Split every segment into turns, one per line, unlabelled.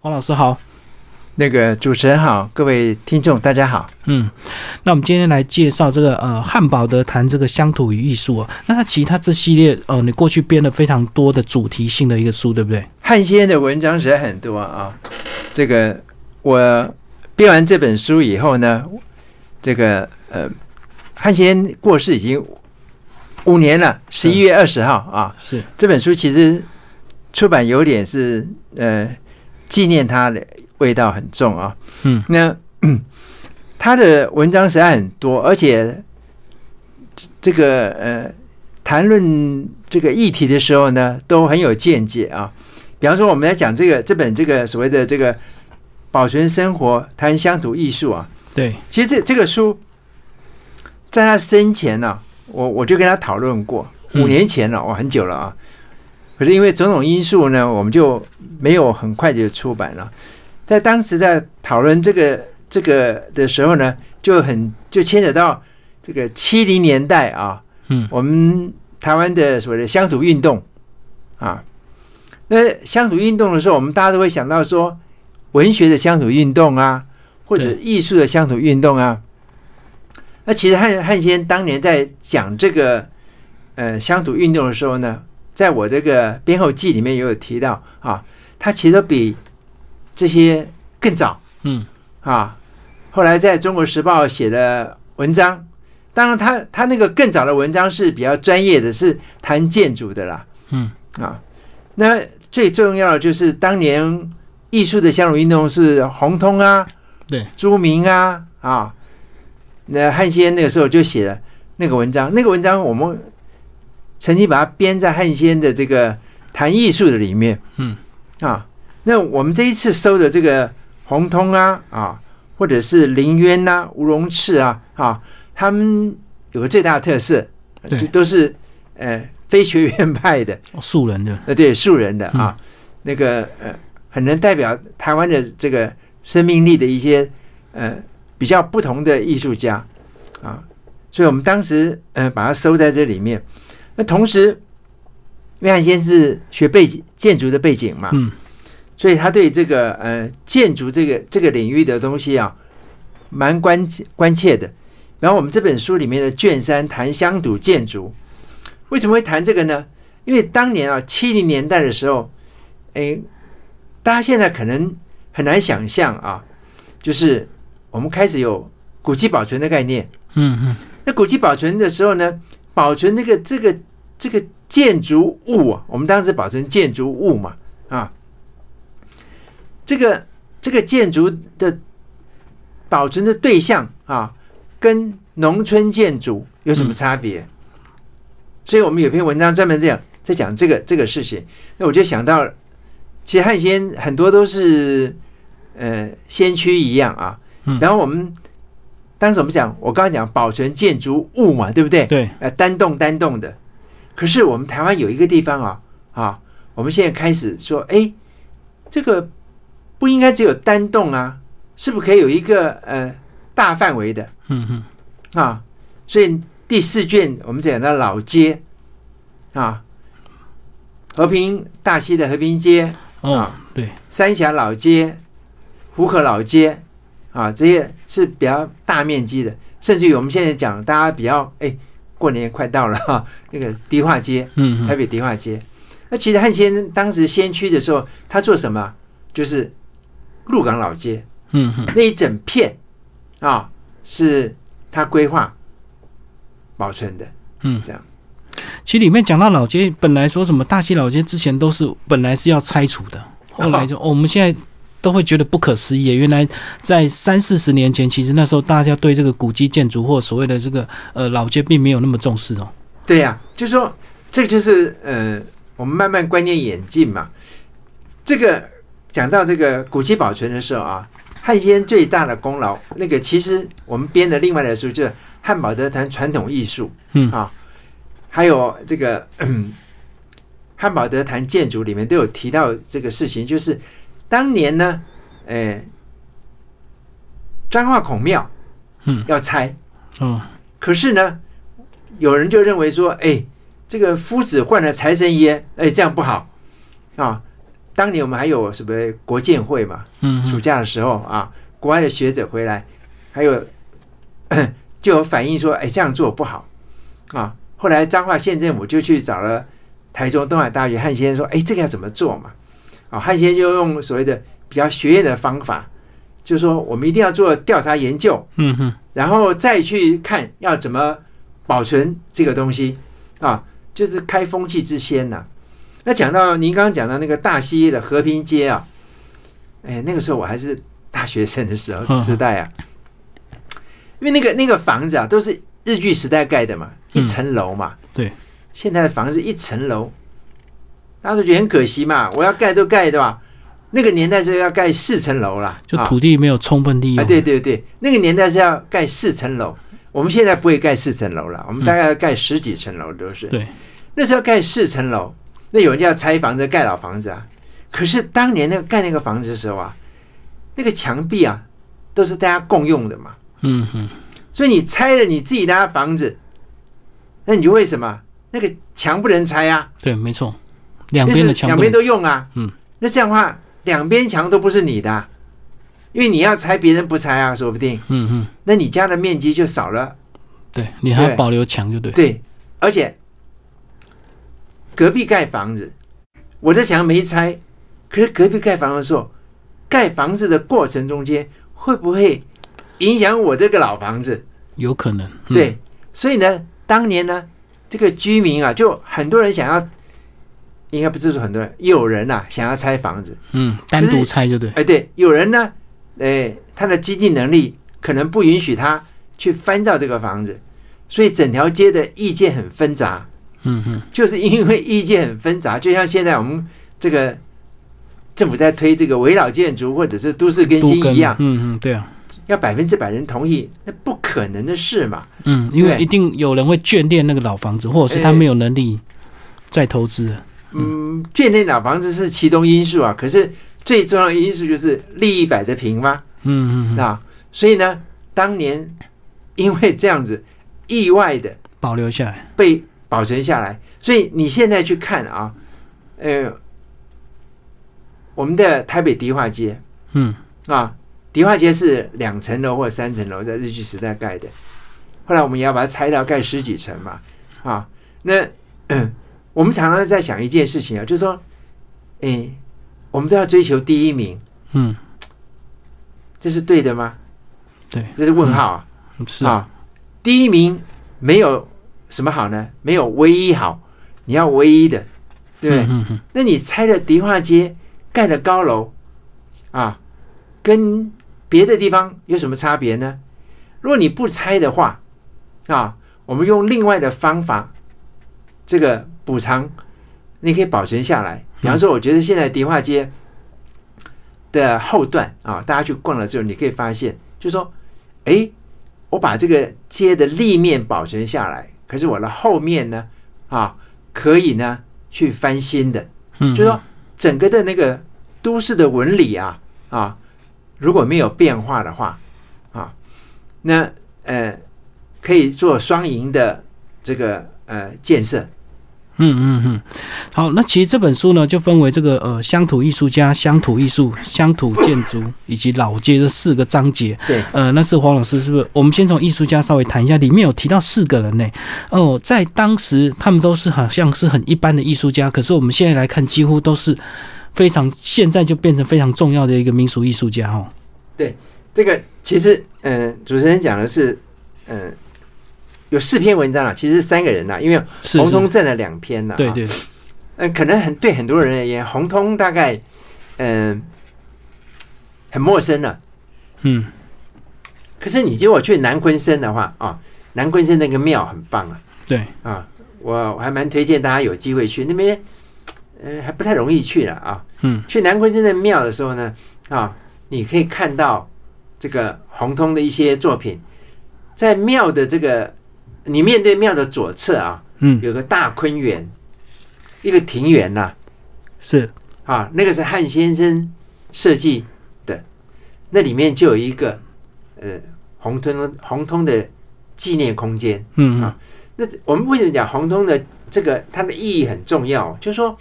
黄老师好，
那个主持人好，各位听众大家好。
嗯，那我们今天来介绍这个呃汉堡德谈这个乡土与艺术哦。那它其他这系列呃，你过去编了非常多的主题性的一个书，对不对？
汉先的文章实在很多啊，这个我编完这本书以后呢，这个呃，汉先过世已经五年了，十一月二十号啊。
是，
这本书其实出版有点是呃纪念他的味道很重啊。
嗯，
那 嗯他的文章实在很多，而且这这个呃谈论这个议题的时候呢，都很有见解啊。比方说，我们来讲这个这本这个所谓的这个保存生活谈乡土艺术啊，
对，
其实这这个书在他生前呢、我我就跟他讨论过，
嗯
五年前了、我很久了啊。可是因为种种因素呢，我们就没有很快就出版了。在当时在讨论这个这个的时候呢，就很就牵扯到这个七零年代啊，
嗯
我们台湾的所谓的乡土运动啊。那乡土运动的时候，我们大家都会想到说，文学的乡土运动啊，或者
对
艺术的乡土运动啊。那其实汉汉先当年在讲这个呃乡土运动的时候呢，在我这个编后记里面也有提到啊，他其实都比这些更早。
嗯
啊，后来在中国时报写的文章，当然他他那个更早的文章是比较专业的，是谈建筑的啦
嗯
啊。那最重要的就是当年艺术的乡土运动是洪通啊，
对，
朱明啊啊，那汉先那个时候就写了那个文章，那个文章我们曾经把它编在汉先的这个谈艺术的里面，
嗯
啊，那我们这一次收的这个洪通啊啊，或者是林渊呐、吴荣炽啊啊，他们有个最大的特色，
对
就都是呃非学院派的，
哦素人的，
呃，对素人的啊，那个呃，很能代表台湾的这个生命力的一些呃比较不同的艺术家啊，所以我们当时呃把它收在这里面。那同时，魏汉先是学背景建筑的背景嘛，
嗯
所以他对这个呃建筑这个这个领域的东西啊，蛮关关切的。然后我们这本书里面的卷三谈乡土建筑，为什么会谈这个呢？因为当年啊，七零年代的时候，诶，大家现在可能很难想象啊，就是我们开始有古迹保存的概念。
嗯嗯，
那古迹保存的时候呢，保存那个这个这个建筑物啊，我们当时保存建筑物嘛，啊，这个这个建筑的保存的对象啊，跟农村建筑有什么差别？所以我们有篇文章专门这样在讲这个这个事情。那我就想到了，其实汉先很多都是呃先驱一样啊
嗯。
然后我们当时我们讲，我刚刚讲保存建筑物嘛，对不对？
对，
呃，单栋单栋的。可是我们台湾有一个地方啊啊，我们现在开始说，哎，这个不应该只有单栋啊，是不是可以有一个呃大范围的？
嗯嗯
啊，所以第四卷我们讲到老街啊，和平大溪的和平街、
哦
啊，
对，
三峡老街、湖口老街啊，这些是比较大面积的，甚至于我们现在讲大家比较哎，过年快到了哈、那个迪化街，
嗯
台
嗯
北迪化街。那其实汉先当时先驱的时候，他做什么？就是鹿港老街，
嗯嗯
那一整片啊，是他规划保存的。
嗯，
这样。
其实里面讲到老街，本来说什么大溪老街之前都是本来是要拆除 的，后来就、哦我们现在。都会觉得不可思议。原来在三四十年前，其实那时候大家对这个古迹建筑或所谓的这个呃老街并没有那么重视哦。
对呀、就是说这个就是呃，我们慢慢观念演进嘛。这个讲到这个古迹保存的时候啊，汉先最大的功劳，那个其实我们编的另外的书就是《汉堡德谈传统艺术》，
嗯
啊，还有这个 嗯汉堡德谈建筑里面都有提到这个事情，就是当年呢，哎，彰化孔庙
嗯
要拆，
哦，
可是呢，有人就认为说，哎，这个夫子换了财神爷，哎，这样不好啊。当年我们还有什么国建会嘛，
嗯
暑假的时候啊，国外的学者回来，还有 就有反映说，哎，这样做不好啊。后来彰化县政府就去找了台中东海大学汉先生说，哎，这个要怎么做嘛？啊，汉先生就用所谓的比较学院的方法，就说我们一定要做调查研究，
嗯哼，
然后再去看要怎么保存这个东西啊，就是开风气之先呐、那讲到您刚刚讲到那个大溪的和平街啊，哎，那个时候我还是大学生的时候
嗯
时代啊，因为那个那个房子啊都是日据时代盖的嘛，一
嗯
层楼嘛，
对，
现在的房子一层楼，大家都觉得很可惜嘛，我要盖都盖对吧？那个年代是要盖四层楼啦，
就
啊
土地没有充分利
啊，
用，
对对对，那个年代是要盖四层楼，我们现在不会盖四层楼了，我们大概要盖十几层楼都是。
对，
那时候盖四层楼，那有人要拆房子盖老房子啊。可是当年那个盖那个房子的时候啊，那个墙壁啊都是大家共用的嘛，
嗯哼，
所以你拆了你自己家房子，那你就为什么那个墙不能拆啊？
对，没错，两
就
边的
是
墙
两
不
边
能
都用啊。
嗯，
那这样的话，两边墙都不是你的啊、因为你要拆，别人不拆啊，说不定。
嗯嗯，
那你家的面积就少了。
对你还要
对
保留墙就对，
对，而且隔壁盖房子，我的墙没拆，可是隔壁盖房子的时候，盖房子的过程中间会不会影响我这个老房子？
有可能，嗯，
对，所以呢，当年呢，这个居民啊，就很多人想要，应该不是说很多人，有人啊想要拆房子，
嗯，单
可
独
是
拆就对，
哎，对，有人呢，哎，他的经济能力可能不允许他去翻造这个房子，所以整条街的意见很纷杂。
嗯哼，
就是因为意见很纷杂，就像现在我们这个政府在推这个围绕建筑或者是都市更
都
新
跟
一样，，
嗯嗯，对啊，
要百分之百人同意，那不可能的事嘛。
嗯，因为
对
一定有人会眷恋那个老房子，或者是他
哎
没有能力再投资了，
嗯，眷恋老房子是其中因素啊，可是最重要的因素就是利益摆得平吗？
嗯嗯嗯，
啊，所以呢，当年因为这样子意外的
保留下来，
被保存下来。所以你现在去看啊，呃，我们的台北迪化街
嗯
啊，迪化街是两层楼或三层楼，在日据时代盖的，后来我们也要把它拆掉，盖十几层嘛，啊，那、 嗯我们常常在想一件事情啊，就是说，哎、我们都要追求第一名，
嗯，
这是对的吗？
对，
这是问号啊。
嗯是，
啊，第一名没有什么好呢？没有唯一好，你要唯一的，对不对？
嗯嗯嗯，
那你拆了迪化街，盖了高楼，啊，跟别的地方有什么差别呢？如果你不拆的话，啊，我们用另外的方法，这个补偿，你可以保存下来。比方说，我觉得现在迪化街的后段啊，大家去逛了之后，你可以发现，就说，诶，我把这个街的立面保存下来，可是我的后面呢，啊，可以呢去翻新的，
嗯，
就是说整个的那个都市的纹理啊啊，如果没有变化的话啊，那呃可以做双赢的这个呃建设。
嗯嗯嗯，好，那其实这本书呢，就分为这个呃乡土艺术家、乡土艺术、乡土建筑以及老街这四个章节。
对，
呃，那是黄老师是不是？我们先从艺术家稍微谈一下，里面有提到四个人呢。哦，在当时他们都是好像是很一般的艺术家，可是我们现在来看，几乎都是非常现在就变成非常重要的一个民俗艺术家哦。
这个其实嗯、呃主持人讲的是嗯、呃有四篇文章啊，其实是三个人呐、因为
是
红
是，
通占了两篇呐、啊，
对对，
嗯，可能很对很多人而言，红通大概嗯、很陌生啊了、
嗯
可是你如果去南昆生的话啊，南昆生那个庙很棒啊。
对
啊，我我还蛮推荐大家有机会去那边，呃，还不太容易去了啊。
嗯
去南昆生的庙的时候呢，啊，你可以看到这个红通的一些作品，在庙的这个你面对庙的左侧啊，
嗯
有个大昆园，一个庭园呐、
是
啊，那个是汉先生设计的，那里面就有一个呃红通红通的纪念空间。
嗯嗯
啊那我们为什么讲红通的这个它的意义很重要？就是说，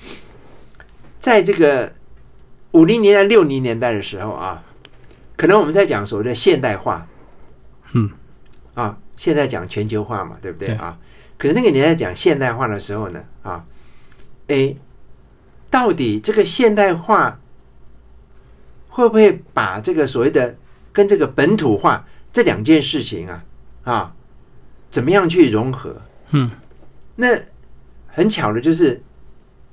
在这个五零年代、六零年代的时候啊，可能我们在讲所谓的现代化，
嗯，
啊，现在讲全球化嘛，对不对
对
啊？可是那个年代讲现代化的时候呢，啊，诶，到底这个现代化会不会把这个所谓的跟这个本土化这两件事情啊啊，怎么样去融合？
嗯，
那很巧的就是，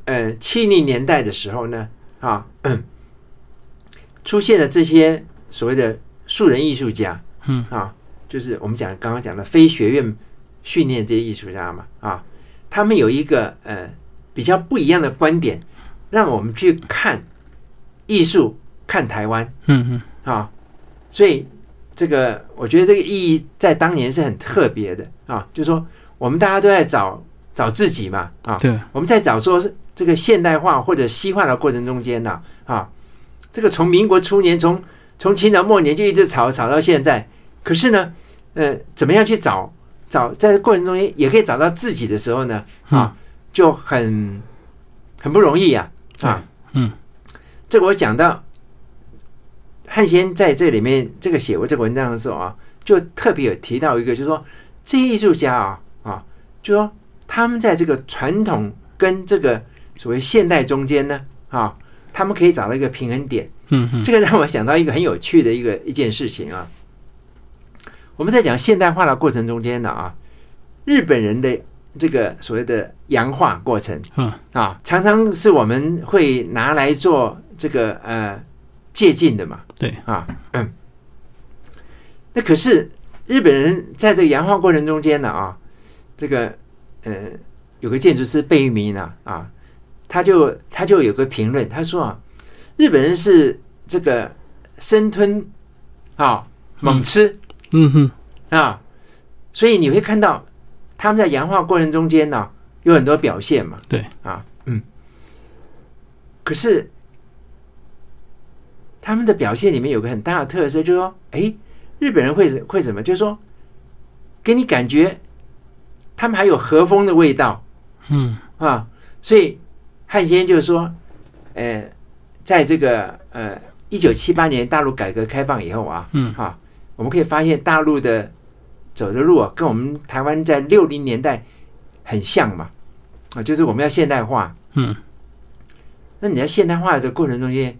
呃，七零年代的时候呢，啊，出现了这些所谓的素人艺术家，
嗯
啊，就是我们讲刚刚讲的非学院训练这些艺术家嘛，啊，他们有一个呃比较不一样的观点，让我们去看艺术，看台湾
嗯嗯
啊，所以这个我觉得这个意义在当年是很特别的啊，就是说我们大家都在找找自己嘛，啊，
对，
我们在找说是这个现代化或者西化的过程中间呢、啊，这个从民国初年，从从清朝末年就一直吵吵到现在，可是呢，呃，怎么样去找找，在这过程中间也可以找到自己的时候呢，
嗯
啊，就很很不容易呀、啊，啊，
嗯，
这个我讲到汉先在这里面这个写过这个文章的时候啊，就特别有提到一个，就是说这些艺术家啊啊，就说他们在这个传统跟这个所谓现代中间呢啊，他们可以找到一个平衡点。
嗯嗯
这个让我想到一个很有趣的一个一件事情啊。我们在讲现代化的过程中间呢啊，日本人的这个所谓的洋化过程，
嗯
啊，常常是我们会拿来做这个呃借鉴的嘛。
对
啊，嗯。那可是日本人在这个洋化过程中间呢啊，这个呃有个建筑师贝聿铭呢啊，他就他就有个评论，他说啊，日本人是这个生吞啊猛吃。
嗯嗯
啊，所以你会看到他们在洋化过程中间呢、有很多表现嘛。
对
啊，嗯。可是他们的表现里面有个很大的特色，就是说，哎，日本人会会什么？就是说，给你感觉他们还有和风的味道。
嗯
啊，所以汉先生就是说，呃，在这个呃一九七八年大陆改革开放以后啊，
嗯
啊，我们可以发现大陆的走的路啊，跟我们台湾在六零年代很像嘛，啊，就是我们要现代化。
嗯
那你在现代化的过程中间，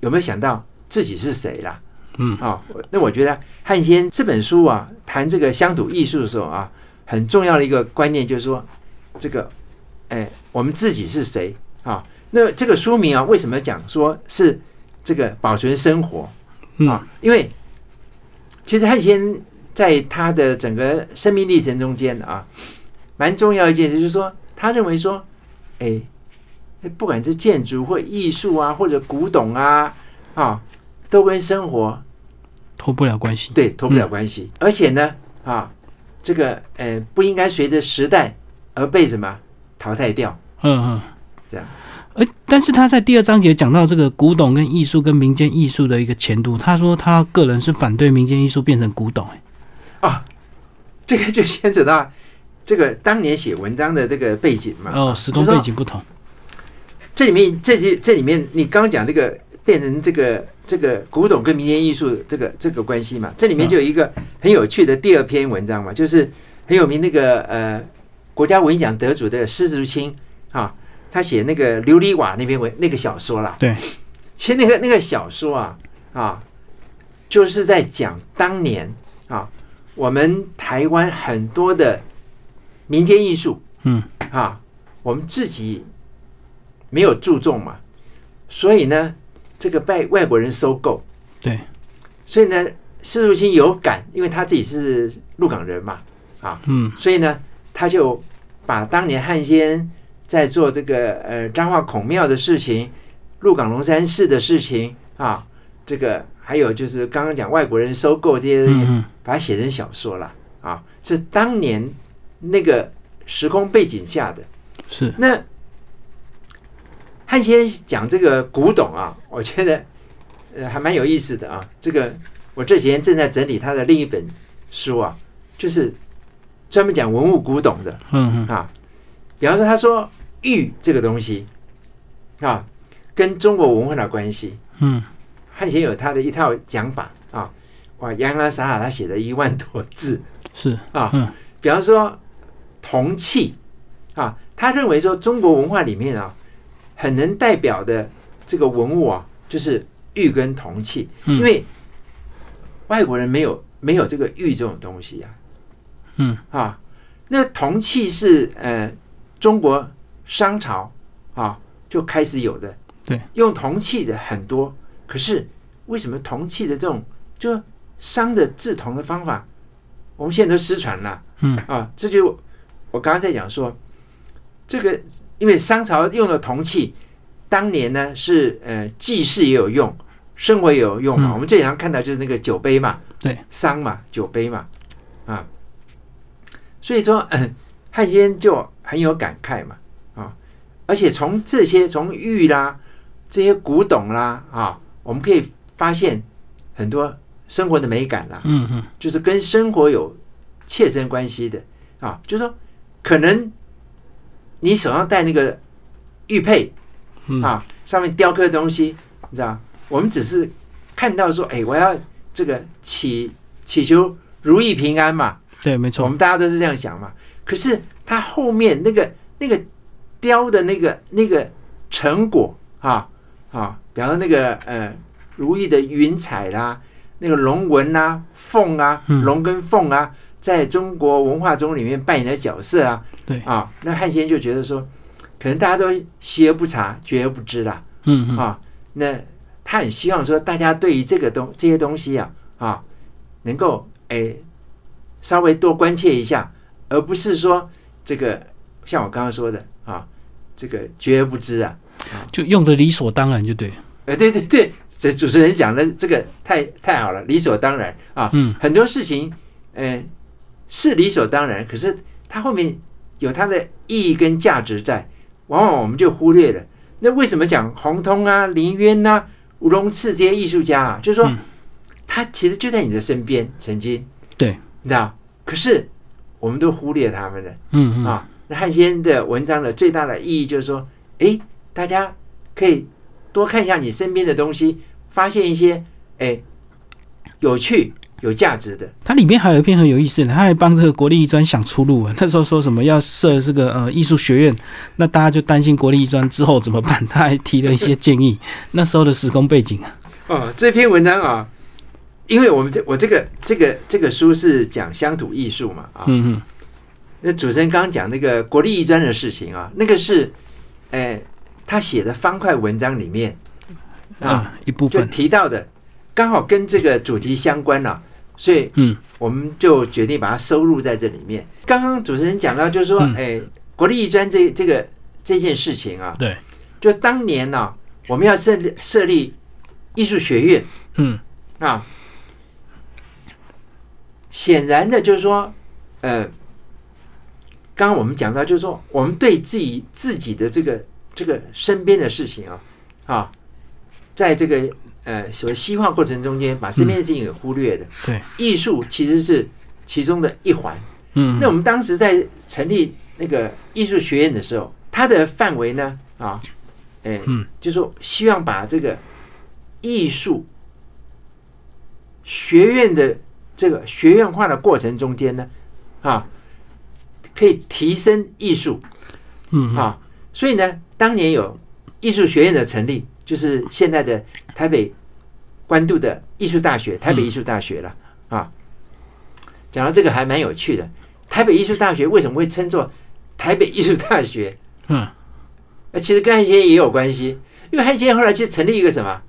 有没有想到自己是谁啦？
嗯
啊、我那我觉得汉先这本书啊，谈这个乡土艺术的时候啊，很重要的一个观念就是说，这个，哎，我们自己是谁啊？那这个书名啊，为什么讲说是这个保存生活啊
嗯？
因为其实汉先在他的整个生命历程中间啊，蛮重要一件事，就是说他认为说，哎，不管是建筑或艺术啊，或者古董啊，啊，都跟生活
脱不了关系。
对，脱不了关系。而且呢，啊，这个呃，不应该随着时代而被什么淘汰掉。
嗯嗯，
这样。
呃，但是他在第二章节讲到这个古董跟艺术跟民间艺术的一个前途，他说他个人是反对民间艺术变成古董、欸。
这个就牵扯到这个当年写文章的这个背景嘛。
哦，时空背景不同。
这里面，这里这里面，你刚刚讲这个变成这个这个古董跟民间艺术这个这个关系嘛，这里面就有一个很有趣的第二篇文章嘛，就是很有名那个呃国家文艺奖得主的施竹青啊，他写那个《琉璃瓦》那篇文那个小说啦。
对，
其实那个那个小说啊啊，就是在讲当年啊我们台湾很多的民间艺术，
嗯
啊，我们自己没有注重嘛，所以呢，这个被外国人收购，
对，
所以呢，施如清有感，因为他自己是鹿港人嘛，啊，
嗯
所以呢，他就把当年汉先在做这个呃彰化孔庙的事情、鹿港龙山寺的事情啊，这个还有就是刚刚讲外国人收购这些
嗯嗯
把它写成小说了啊，是当年那个时空背景下的。
是，
那汉先生讲这个古董啊，我觉得呃还蛮有意思的啊。这个我这几天正在整理他的另一本书啊，就是专门讲文物古董的
嗯嗯
啊。比方说，他说玉这个东西啊，跟中国文化的关系。
嗯，
汉显有他的一套讲法啊，哇，洋洋洒啊洒他写了一万多字
是，
啊。
嗯
比方说铜器啊，他认为说中国文化里面啊，很能代表的这个文物啊，就是玉跟铜器，
嗯
因为外国人没有没有这个玉这种东西啊
嗯
啊。那铜器是呃中国商朝啊就开始有的，
对，
用铜器的很多，可是为什么铜器的这种就商的制铜的方法，我们现在都失传了。
嗯
啊，这就我刚刚在讲说，这个因为商朝用的铜器，当年呢是呃祭祀也有用，生活也有用嘛。
嗯
我们最常看到就是那个酒杯嘛，
对，
商嘛，酒杯嘛，啊，所以说、 嗯汉先就很有感慨嘛，啊，而且从这些从玉啦、这些古董啦啊，我们可以发现很多生活的美感啦。
嗯嗯，
就是跟生活有切身关系的啊，就是说，可能你手上戴那个玉佩
嗯
啊，上面雕刻的东西，你知道，我们只是看到说，哎，我要这个祈祈求如意平安嘛，
对，没
我
错
们，大家都是这样想嘛。可是它后面那个那个雕的那个那个成果啊啊，比方说那个呃如意的云彩啦，那个龙纹啦、凤啊、
嗯
龙跟凤啊，在中国文化中里面扮演的角色啊，
对，
啊，那汉先就觉得说，可能大家都习而不察，觉而不知啦。
嗯嗯
啊，那他很希望说大家对于这个东这些东西啊啊，能够诶稍微多关切一下，而不是说这个像我刚刚说的啊，这个觉而不知啊，
就用的理所当然就对，
呃，对对对，这主持人讲的这个太太好了，理所当然啊，
嗯
很多事情，呃，是理所当然，可是它后面有它的意义跟价值在，往往我们就忽略了。那为什么讲洪通啊、林渊呐、吴龙次这些艺术家啊，就是说
嗯，
他其实就在你的身边，曾经，
对，
你知道，可是我们都忽略他们了。
嗯嗯
啊，那汉先的文章的最大的意义就是说，诶，大家可以多看一下你身边的东西，发现一些诶有趣、有价值的。
它里面还有一篇很有意思的，他还帮这个国立艺专想出路啊。 那时候说什么要设这个呃艺术学院，那大家就担心国立艺专之后怎么办，他还提了一些建议。 那时候的时空背景啊，
哦，这篇文章啊，因为我们这我这个这个这个书是讲乡土艺术嘛啊，
嗯嗯，
那主持人刚刚讲那个国立艺专的事情啊，那个是诶他写的方块文章里面啊
啊一部
就
分，
提到的，刚好跟这个主题相关了、所以
嗯
我们就决定把它收录在这里面。刚刚主持人讲到，就是说，
嗯
哎，国立艺专这这个这件事情啊，
对，
就当年呢、我们要设立设立艺术学院
嗯
啊，显然的就是说，呃，刚刚我们讲到，就是说，我们对自己自己的这个这个身边的事情啊，啊，在这个呃所谓西化过程中间，把身边的事情给忽略的。
对，
艺术其实是其中的一环。
嗯
那我们当时在成立那个艺术学院的时候，它的范围呢，啊，哎、
嗯
就是说希望把这个艺术学院的这个学院化的过程中间呢，啊，可以提升艺术
嗯嗯
啊，所以呢，当年有艺术学院的成立，就是现在的台北关渡的艺术大学，台北艺术大学了、啊。讲到这个还蛮有趣的，台北艺术大学为什么会称作台北艺术大学？
嗯，
那其实跟汉先也有关系，因为汉先后来去成立一个什么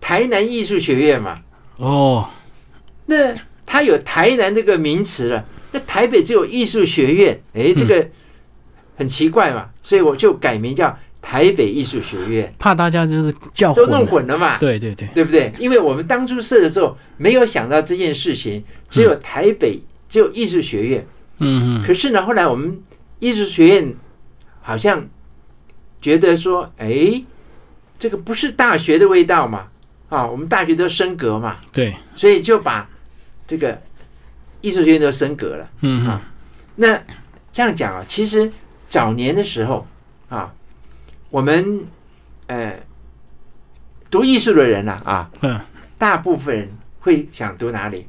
台南艺术学院嘛，
哦，
那他有台南这个名词了，那台北只有艺术学院，哎，这个很奇怪嘛，所以我就改名叫台北艺术学院，
怕大家这个叫
都
混了，
弄嗯哦混了嘛，
对对对，
对不对？因为我们当初设的时候没有想到这件事情，只有台北，只有艺术学院。
嗯嗯
可是呢，后来我们艺术学院好像觉得说，哎，这个不是大学的味道嘛，啊，我们大学都升格嘛，
对，
所以就把这个艺术学院都升格了。
嗯嗯
那这样讲啊，其实早年的时候啊，我们呃读艺术的人呐啊，
嗯，
大部分人会想读哪里？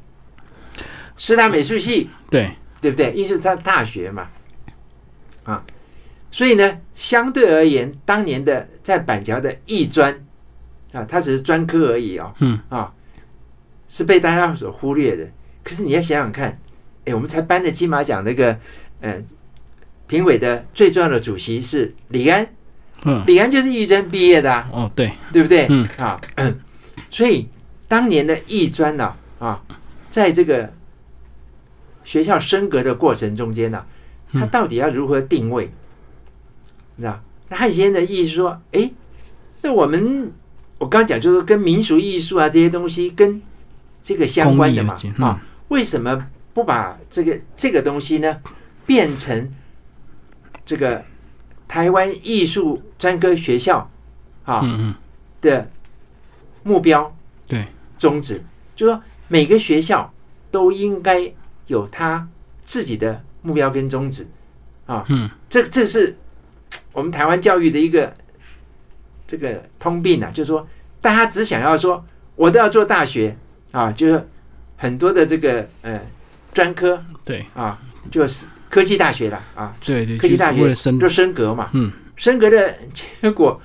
师大美术系，
对，
对不对？艺术大大学嘛，啊，所以呢，相对而言，当年的在板桥的艺专啊，它只是专科而已哦，
嗯
啊，是被大家所忽略的。可是你要想想看，哎，我们才颁了金马奖那个，呃，评委的最重要的主席是李安，
嗯，
李安就是艺专毕业的、啊，
哦，对，
对不对？
嗯
啊， 所以当年的艺专呢、啊，在这个学校升格的过程中间呢、它
嗯
到底要如何定位？你知道？那汉先生的意思说，诶，那我们我刚讲就是跟民俗艺术啊这些东西跟这个相关的嘛
公益的，
啊，为什么不把这个这个东西呢变成这个台湾艺术专科学校啊？
嗯嗯，
的目标
对，
宗旨，就是说每个学校都应该有他自己的目标跟宗旨啊。
嗯，
这这是我们台湾教育的一个这个通病啊，就是说大家只想要说我都要做大学啊，就是很多的这个呃专科
对
啊，就是科技大学了啊，
对对，
科技
就是
大
为
学
了升
就，升格嘛，
嗯，
升格的结果，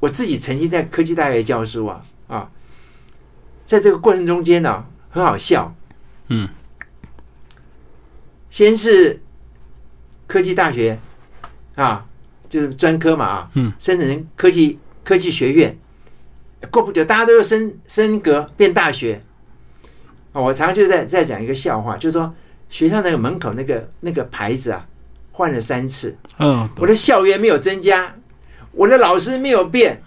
我自己曾经在科技大学教书啊啊，在这个过程中间呢、很好笑，
嗯，
先是科技大学啊，就是专科嘛啊，
嗯，
升成科技科技学院，过不久大家都要升升格变大学。啊，我常常就在在讲一个笑话，就是说学校那个门口那个那个牌子啊，换了三次，
嗯，
我的校园没有增加，我的老师没有变，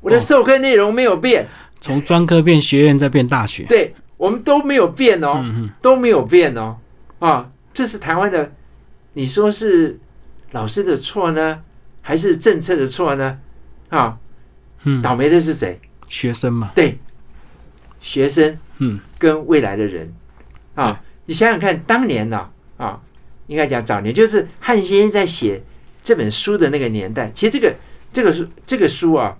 我的授课内容没有变，
从专科变学院再变大学，
对我们都没有变哦，
嗯嗯，
都没有变哦，啊，这是台湾的，你说是老师的错呢，还是政策的错呢？啊，
嗯
倒霉的是谁？
学生嘛，
对，学生
嗯
跟未来的人
对
啊，你想想看，当年呢、啊，应该讲早年，就是汉先生在写这本书的那个年代，其实这个这个书这个书啊，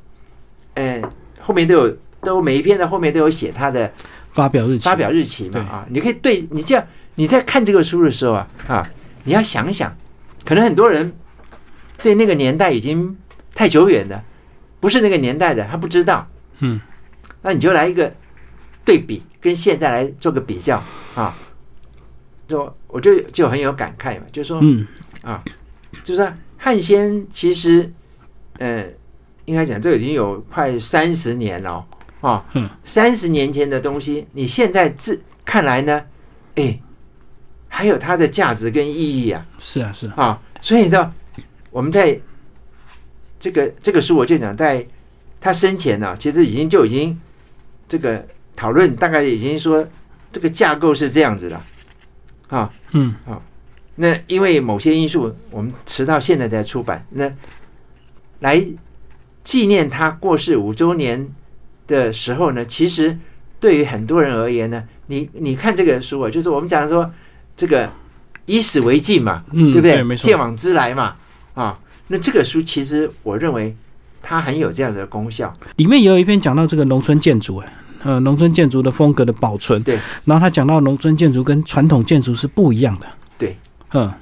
呃，后面都有都每一篇的后面都有写他的
发表日期，
发表日期嘛
对
啊，你可以对你这样你在看这个书的时候啊啊，你要想想，可能很多人对那个年代已经太久远了，不是那个年代的，他不知道。
嗯，
那你就来一个对比，跟现在来做个比较啊。就我就就很有感慨嘛，就是说，
嗯
就是说汉先其实，呃，应该讲这已经有快三十年了哦啊，
嗯，
三十年前的东西，你现在自看来呢，哎，还有它的价值跟意义啊
是啊是啊，
啊！所以呢，我们在这个这个书，我就讲在他生前呢、其实已经就已经这个讨论，大概已经说这个架构是这样子了啊。
嗯
那因为某些因素，我们迟到现在才出版。那来纪念他过世五周年的时候呢，其实对于很多人而言呢，你你看这个书啊，就是我们讲说这个以史为镜嘛，
嗯，
对不
对？没错
鉴，往知来嘛，啊，那这个书其实我认为它很有这样的功效。
里面也有一篇讲到这个农村建筑，哎，呃，农村建筑的风格的保存，
对，
然后他讲到农村建筑跟传统建筑是不一样的，
对，
嗯，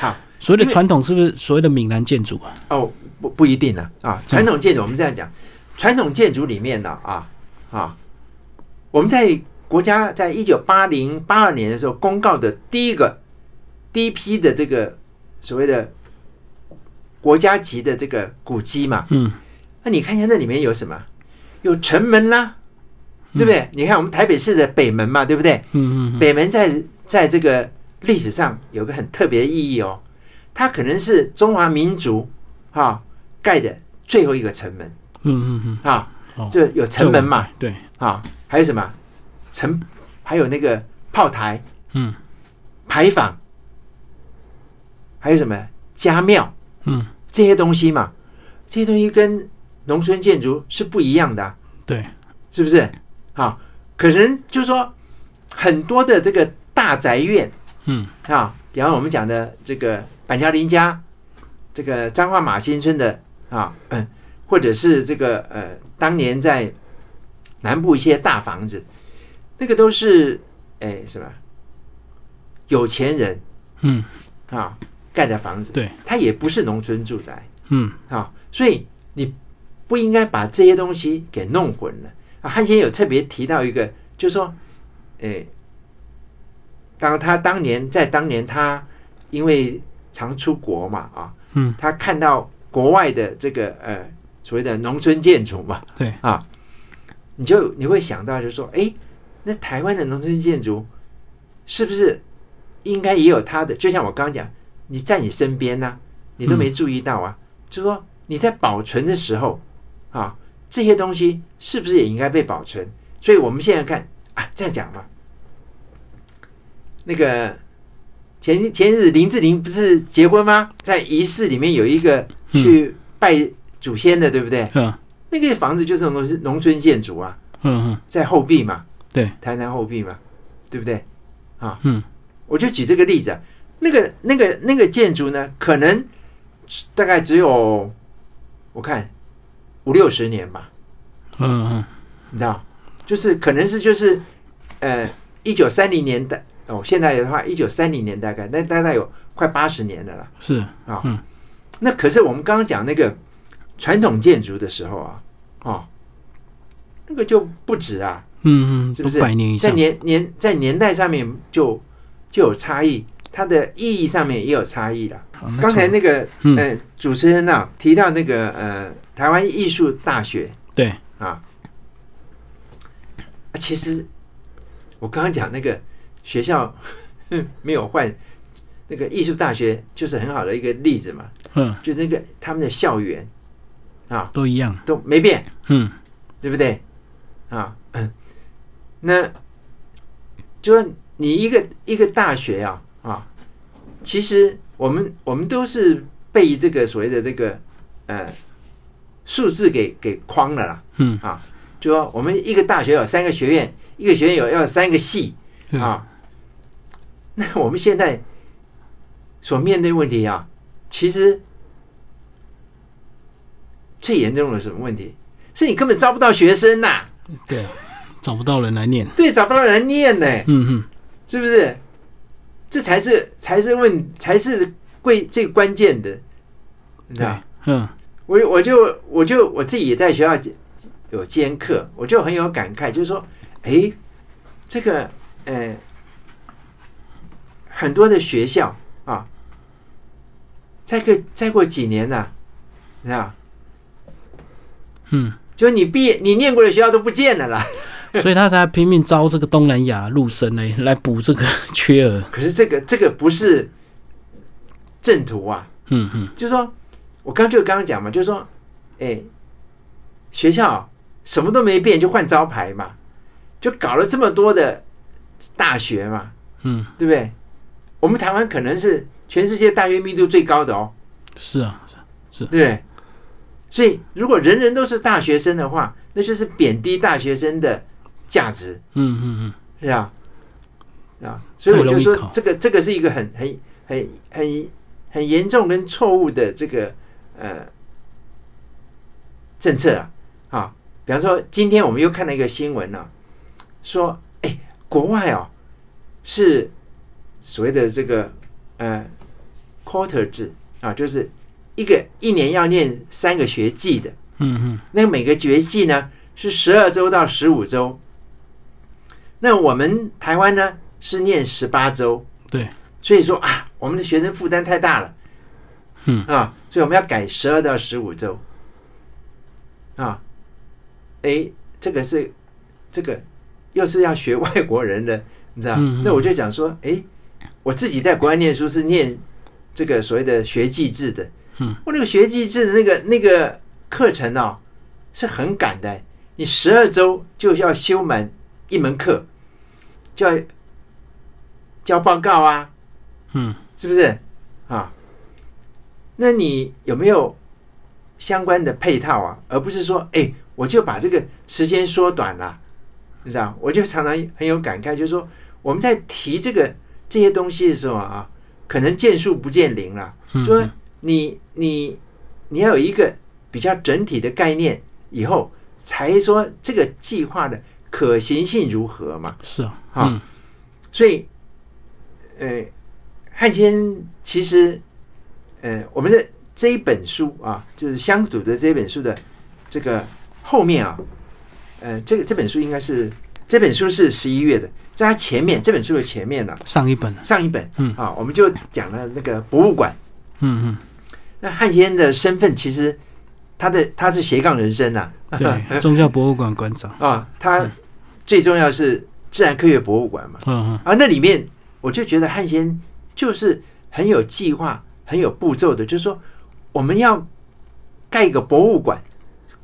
好，
所谓
因
的
为
传统是不是所谓的闽南建筑啊？
哦，不不一定呢啊。传统建筑我们这样讲，传统建筑里面呢啊啊，我们在国家在一九八零八二年的时候公告的第一个第一批的这个所谓的国家级的这个古迹嘛，
嗯，
那你看一下那里面有什么？有城门啦，对不对？你看我们台北市的北门嘛，对不对？
嗯嗯嗯，
北门在在这个历史上有个很特别的意义哦，它可能是中华民族哈、盖的最后一个城门
嗯嗯嗯，
啊
哦，
就有城门嘛
这我，对，
啊，还有什么城，还有那个炮台、
嗯
牌坊，还有什么家庙
嗯，
这些东西嘛，这些东西跟农村建筑是不一样的啊、
对，
是不是？啊，可能就是说很多的这个大宅院，
嗯
啊，比方我们讲的这个板桥林家，这 个彰化马新村的啊，嗯，或者是这个呃，当年在南部一些大房子，那个都是哎什么有钱人
嗯
啊盖的房子，
对，
它也不是农村住宅
嗯
啊，所以你不应该把这些东西给弄混了啊。汉先有特别提到一个，就是说，哎，当他当年在当年他因为常出国嘛啊，
嗯，
他看到国外的这个呃所谓的农村建筑嘛，
对
啊，你就你会想到就是说，哎，那台湾的农村建筑是不是应该也有它的？就像我刚刚讲，你在你身边呢、你都没注意到啊，就是说你在保存的时候啊，这些东西是不是也应该被保存？所以我们现在看啊，这样讲嘛，那个前前日林志玲不是结婚吗？在仪式里面有一个去拜祖先的，对不对？
嗯
那个房子就是农农村建筑啊，
嗯
在后壁嘛，
对，
台南后壁嘛，对不对？
嗯
我就举这个例子、啊，那个那个那个建筑呢，可能大概只有我看五六十年吧，
嗯嗯
你知道，就是可能是就是呃一九三零年代哦，现在的话一九三零年大概那大概有快八十年了啦。
是
那可是我们刚刚讲那个传统建筑的时候啊，哦，那个就不止啊，
嗯嗯，
是
都
不是
百年以上
在，年年在年代上面就就有差异，它的意义上面也有差异了。
好那
刚才
从
那个
哦嗯
呃主持人啊提到那个呃台湾艺术大学
对
啊，其实我刚刚讲那个学校 没有换，那个艺术大学就是很好的一个例子嘛。
嗯
就是那个他们的校园啊
都一样，
都没变，
嗯
对不对？啊， 那就是你一个一个大学啊啊，其实我们我们都是被这个所谓的这个呃数字给给框了啦，
嗯
啊，就说我们一个大学有三个学院，一个学院有要有三个系
对
啊， 那我们现在所面对问题啊，其实最严重的是什么问题？是你根本招不到学生呐、
对，找不到人来念，
对，找不到人念呢、
嗯嗯
是不是？这才是才是问才是最最关键的，你知道
对？嗯
我我就我就我自己也在学校有兼课，我就很有感慨，就是说，哎，这个呃，很多的学校啊，再过再过几年呐、你知道，
嗯，
就是你毕业你念过的学校都不见了啦。
所以他才拼命招这个东南亚陆生来来补这个缺额，
可是这个这个不是正途啊，
嗯嗯
就是说我刚就刚刚讲嘛，就是说，哎，学校什么都没变，就换招牌嘛，就搞了这么多的大学嘛，
嗯，
对不对？我们台湾可能是全世界大学密度最高的哦，
是啊，是啊
对不对？所以如果人人都是大学生的话，那就是贬低大学生的价值，
嗯嗯嗯，
是啊，啊，所以我就
太容易考
说这个这个是一个很很很很很严重跟错误的这个呃政策啊啊，比方说今天我们又看到一个新闻呢、啊说哎国外哦是所谓的这个呃 quarter 制啊，就是一个一年要念三个学季的，
嗯嗯
那每个学季呢是十二周到十五周，那我们台湾呢是念十八周，
对，
所以说啊，我们的学生负担太大了，
嗯
啊，所以我们要改十二到十五周，啊，诶，这个是这个又是要学外国人的，你知道？
嗯嗯
那我就讲说，诶，我自己在国外念书是念这个所谓的学技制的，
嗯，
我那个学技制的那个那个课程哦，是很赶的，你十二周就要修满一门课，就要交报告啊，
嗯，
是不是啊？那你有没有相关的配套啊？而不是说，哎、我就把这个时间缩短了，你知道？我就常常很有感慨，就是说我们在提这个这些东西的时候啊，可能见树不见林了，
嗯
就说你你你要有一个比较整体的概念，以后才说这个计划的可行性如何嘛。
是啊，
啊
嗯，
所以，呃，汉奸其实，呃，我们的这一本书啊，就是乡土的这一本书的这个后面啊，呃，这个这本书应该是这本书是十一月的，在它前面这本书的前面呢、
上一本了，
上一本，
嗯
啊，我们就讲了那个博物馆。
嗯
那汉奸的身份其实他的他是斜杠人生呐、
嗯， 对，宗教博物馆馆长，
啊，他最重要是自然科学博物馆嘛。
嗯嗯，
啊，那里面我就觉得汉先就是很有计划、很有步骤的，就是说我们要盖一个博物馆，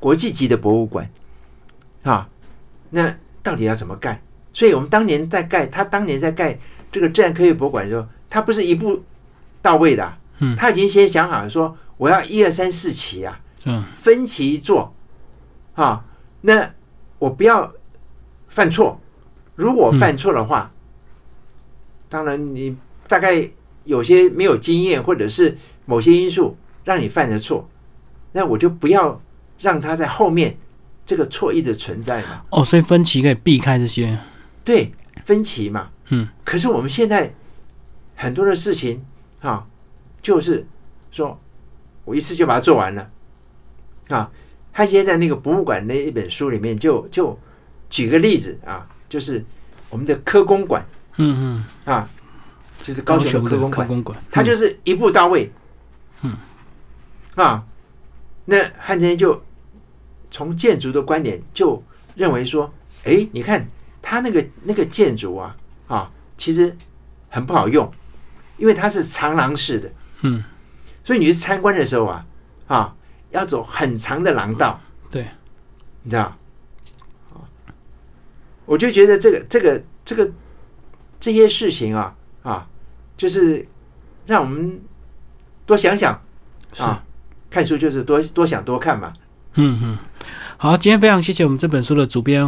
国际级的博物馆啊，那到底要怎么盖？所以我们当年在盖，他当年在盖这个自然科学博物馆的时候，他不是一步到位的啊、
嗯
他已经先想好说我要一二三四期啊，
嗯
分歧做啊，那我不要犯错。如果犯错的话，当然你大概有些没有经验，或者是某些因素让你犯了错，那我就不要让他在后面这个错一直存在嘛。
哦，所以分歧可以避开这些，
对，分歧嘛。
嗯，
可是我们现在很多的事情啊，就是说我一次就把它做完了啊。他现在那个博物馆那一本书里面就就举个例子啊，就是我们的科工馆
嗯嗯，
啊，就是高雄的科
的
工
科
馆，
工馆，嗯
他就是一步到位。嗯，啊，那汉奸就从建筑的观点就认为说，哎，你看他那个那个建筑啊，啊，其实很不好用，因为它是长廊式的，
嗯，
所以你去参观的时候啊，啊，要走很长的廊道，
对，
你知道？啊，我就觉得这个这个这个这些事情啊啊，就是让我们多想想
是。
啊，看书就是多多想多看嘛。
嗯嗯，好，今天非常谢谢我们这本书的主编